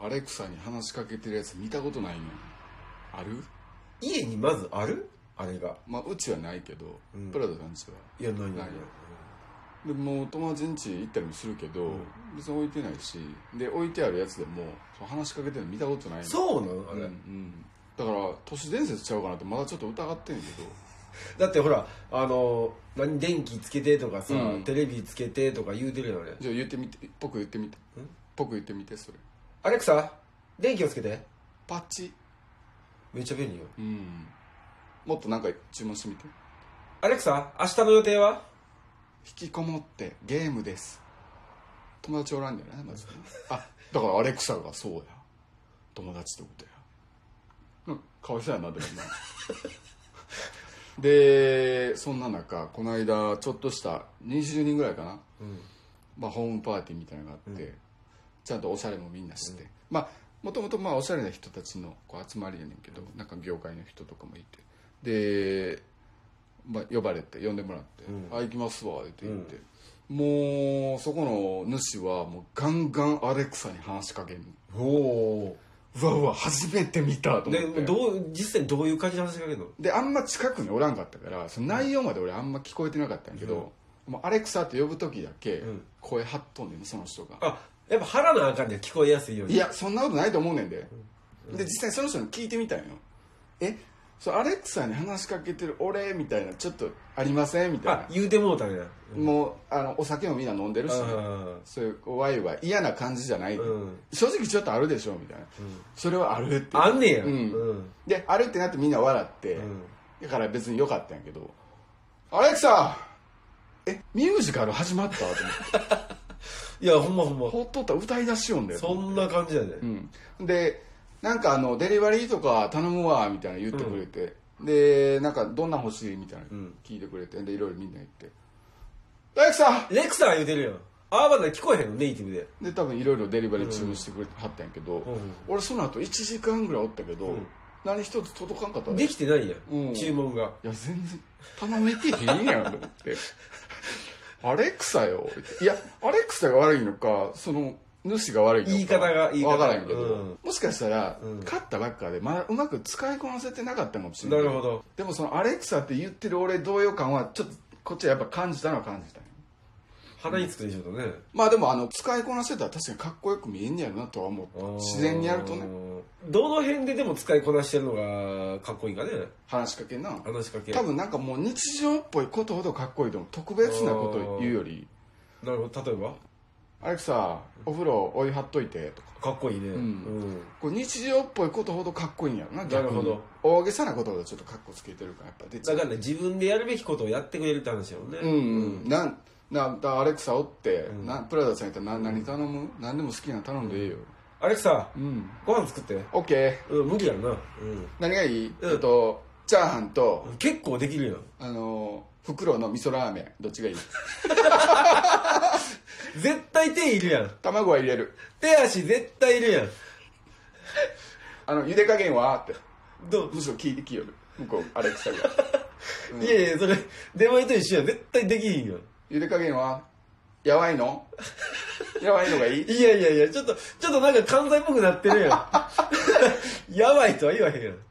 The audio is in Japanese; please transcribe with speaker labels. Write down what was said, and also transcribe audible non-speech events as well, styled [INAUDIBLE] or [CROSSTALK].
Speaker 1: アレクサに話しかけてるやつ見たことないのある
Speaker 2: 家にまずあるあれが
Speaker 1: まあうちはないけど、
Speaker 2: うん
Speaker 1: プラダさんちはい
Speaker 2: やないないな
Speaker 1: ないいでもう友達ん家行ったりもするけど、
Speaker 2: うん
Speaker 1: 別に置いてないしで置いてあるやつでもその話しかけてるの見たことないの
Speaker 2: そうなのあ
Speaker 1: うん
Speaker 2: れ、
Speaker 1: うんだから都市伝説ちゃうかなってまだちょっと疑ってんけど
Speaker 2: だってほらあの何電気つけてとかさ、
Speaker 1: うん
Speaker 2: テレビつけてとか言うてるよね
Speaker 1: じゃあ言ってみてぽく言ってみてぽく言ってみてそれ
Speaker 2: アレクサ電気をつけて
Speaker 1: パチ
Speaker 2: めっちゃ便利よ
Speaker 1: うんもっとなんか注文してみて
Speaker 2: アレクサ明日の予定は
Speaker 1: 引きこもってゲームです友達おらんじゃないまずねあだからアレクサがそうや友達ってことやうんかわいそうやなでもなでそんな中この間ちょっとした20人ぐらいかな、
Speaker 2: うん
Speaker 1: まあ、ホームパーティーみたいなのがあって、ちゃんとおしゃれもみんなして、まあもともとまあおしゃれな人たちのこう集まりやねんけどなんか業界の人とかもいてで、まあ、呼ばれて呼んでもらって「
Speaker 2: うん
Speaker 1: あ行きますわ」って言って、もうそこの主はもうガンガンアレクサに話しかけんの
Speaker 2: おお
Speaker 1: うわうわ初めて見たと思
Speaker 2: で
Speaker 1: って
Speaker 2: どう実際どういう感じで話しかけるの
Speaker 1: であんま近くにおらんかったからその内容まで俺あんま聞こえてなかったんやけど、もうアレクサって呼ぶ時だけ
Speaker 2: うん
Speaker 1: 声張っとんねんその人が、
Speaker 2: あやっぱ腹なあかんねん聞こえやすいように
Speaker 1: いやそんなことないと思うねんで、で実際その人に聞いてみたんよえそうアレクサに話しかけてる俺みたいなちょっとありませんみたい
Speaker 2: あ
Speaker 1: な、
Speaker 2: 言うてもうたんや
Speaker 1: もうあのお酒もみんな飲んでるし、
Speaker 2: うん
Speaker 1: そういうワイワイ嫌な感じじゃない、
Speaker 2: うん
Speaker 1: 正直ちょっとあるでしょみたいな、それはあるって
Speaker 2: あんねや
Speaker 1: うん
Speaker 2: うん
Speaker 1: であるってなってみんな笑って、
Speaker 2: うん
Speaker 1: だから別によかったんやけどアレクサえミュージカル始まったと
Speaker 2: [LAUGHS]
Speaker 1: 思って
Speaker 2: いやほんまほんま
Speaker 1: ほっとったら歌い出しよんだよ
Speaker 2: そんな感じやね
Speaker 1: うん、でなんかあのデリバリーとか頼むわみたいな言ってくれて、でなんかどんなん欲しいみたいな
Speaker 2: うん
Speaker 1: 聞いてくれてでいろいろみんな言って「大工さん!
Speaker 2: レクサー言うてるやんああまだ聞こえへんのネイティブで」
Speaker 1: で多分いろいろデリバリー注文してくれてはったんやけど、
Speaker 2: ん
Speaker 1: 俺その後1時間ぐらいおったけど、
Speaker 2: うん
Speaker 1: 何一つ届かんかったで
Speaker 2: で
Speaker 1: い
Speaker 2: きてないやん、
Speaker 1: うん
Speaker 2: 注文が
Speaker 1: や全然頼めてへんやんと思って [LAUGHS] 「アレクサよ」いやアレクサが悪いのかその主が悪いのか
Speaker 2: 言い方が言い方
Speaker 1: 分からんけど、
Speaker 2: うん
Speaker 1: もしかしたら、
Speaker 2: うん
Speaker 1: 勝ったばっかでまだうまく使いこなせてなかったかもしれ
Speaker 2: な
Speaker 1: ない
Speaker 2: るほど
Speaker 1: でもそのアレクサって言ってる俺同様感はちょっとこっちはやっぱ感じたのは感じたね
Speaker 2: 鼻につくでしょとね、
Speaker 1: まあでもあの使いこなせたら確かにかっこよく見えんねやろなとは思った自然にやるとね
Speaker 2: どの辺ででも使いこなしてるのがかっこいいかね
Speaker 1: 話しかけんな
Speaker 2: 話しかけ
Speaker 1: 多分なんかもう日常っぽいことほどかっこいいと思う特別なことを言うより
Speaker 2: なるほど例えば
Speaker 1: 「アレクサお風呂お湯張っといて」とか
Speaker 2: かっこいいね
Speaker 1: うん
Speaker 2: うん
Speaker 1: こう日常っぽいことほどかっこいいんやろな逆に
Speaker 2: なるほど
Speaker 1: 大げさなことほどちょっとかっこつけてるからやっぱ出ちゃ
Speaker 2: だ
Speaker 1: う
Speaker 2: からね自分でやるべきことをやってくれるって話やもんね
Speaker 1: うんうんなんなんだアレクサおって、
Speaker 2: うん
Speaker 1: なプラダさんやったら何何頼む、何でも好きなの頼んでいいよ
Speaker 2: アレクサ
Speaker 1: うん
Speaker 2: ご飯作って
Speaker 1: オッケー
Speaker 2: うん無理やろな、
Speaker 1: 何がいい、
Speaker 2: うん
Speaker 1: えっとチャーハンと
Speaker 2: う、ん、結構できるやん
Speaker 1: あの袋の味噌ラーメンどっち
Speaker 2: [LAUGHS]
Speaker 1: がいい
Speaker 2: 絶対手いるやん
Speaker 1: 卵は入れる
Speaker 2: 手足絶対いるやん
Speaker 1: あの茹で加減はって
Speaker 2: どう
Speaker 1: むしろ聞いてきよる向こうアレク
Speaker 2: [LAUGHS]
Speaker 1: サがうん
Speaker 2: いやいやそれ出前と一緒やん絶対できひんやん
Speaker 1: 茹で加減はやばいのやばいのがいい [LAUGHS]
Speaker 2: いやいやいや、ちょっと、ちょっとなんか関西っぽくなってるやん。やばいとは言わへんやん。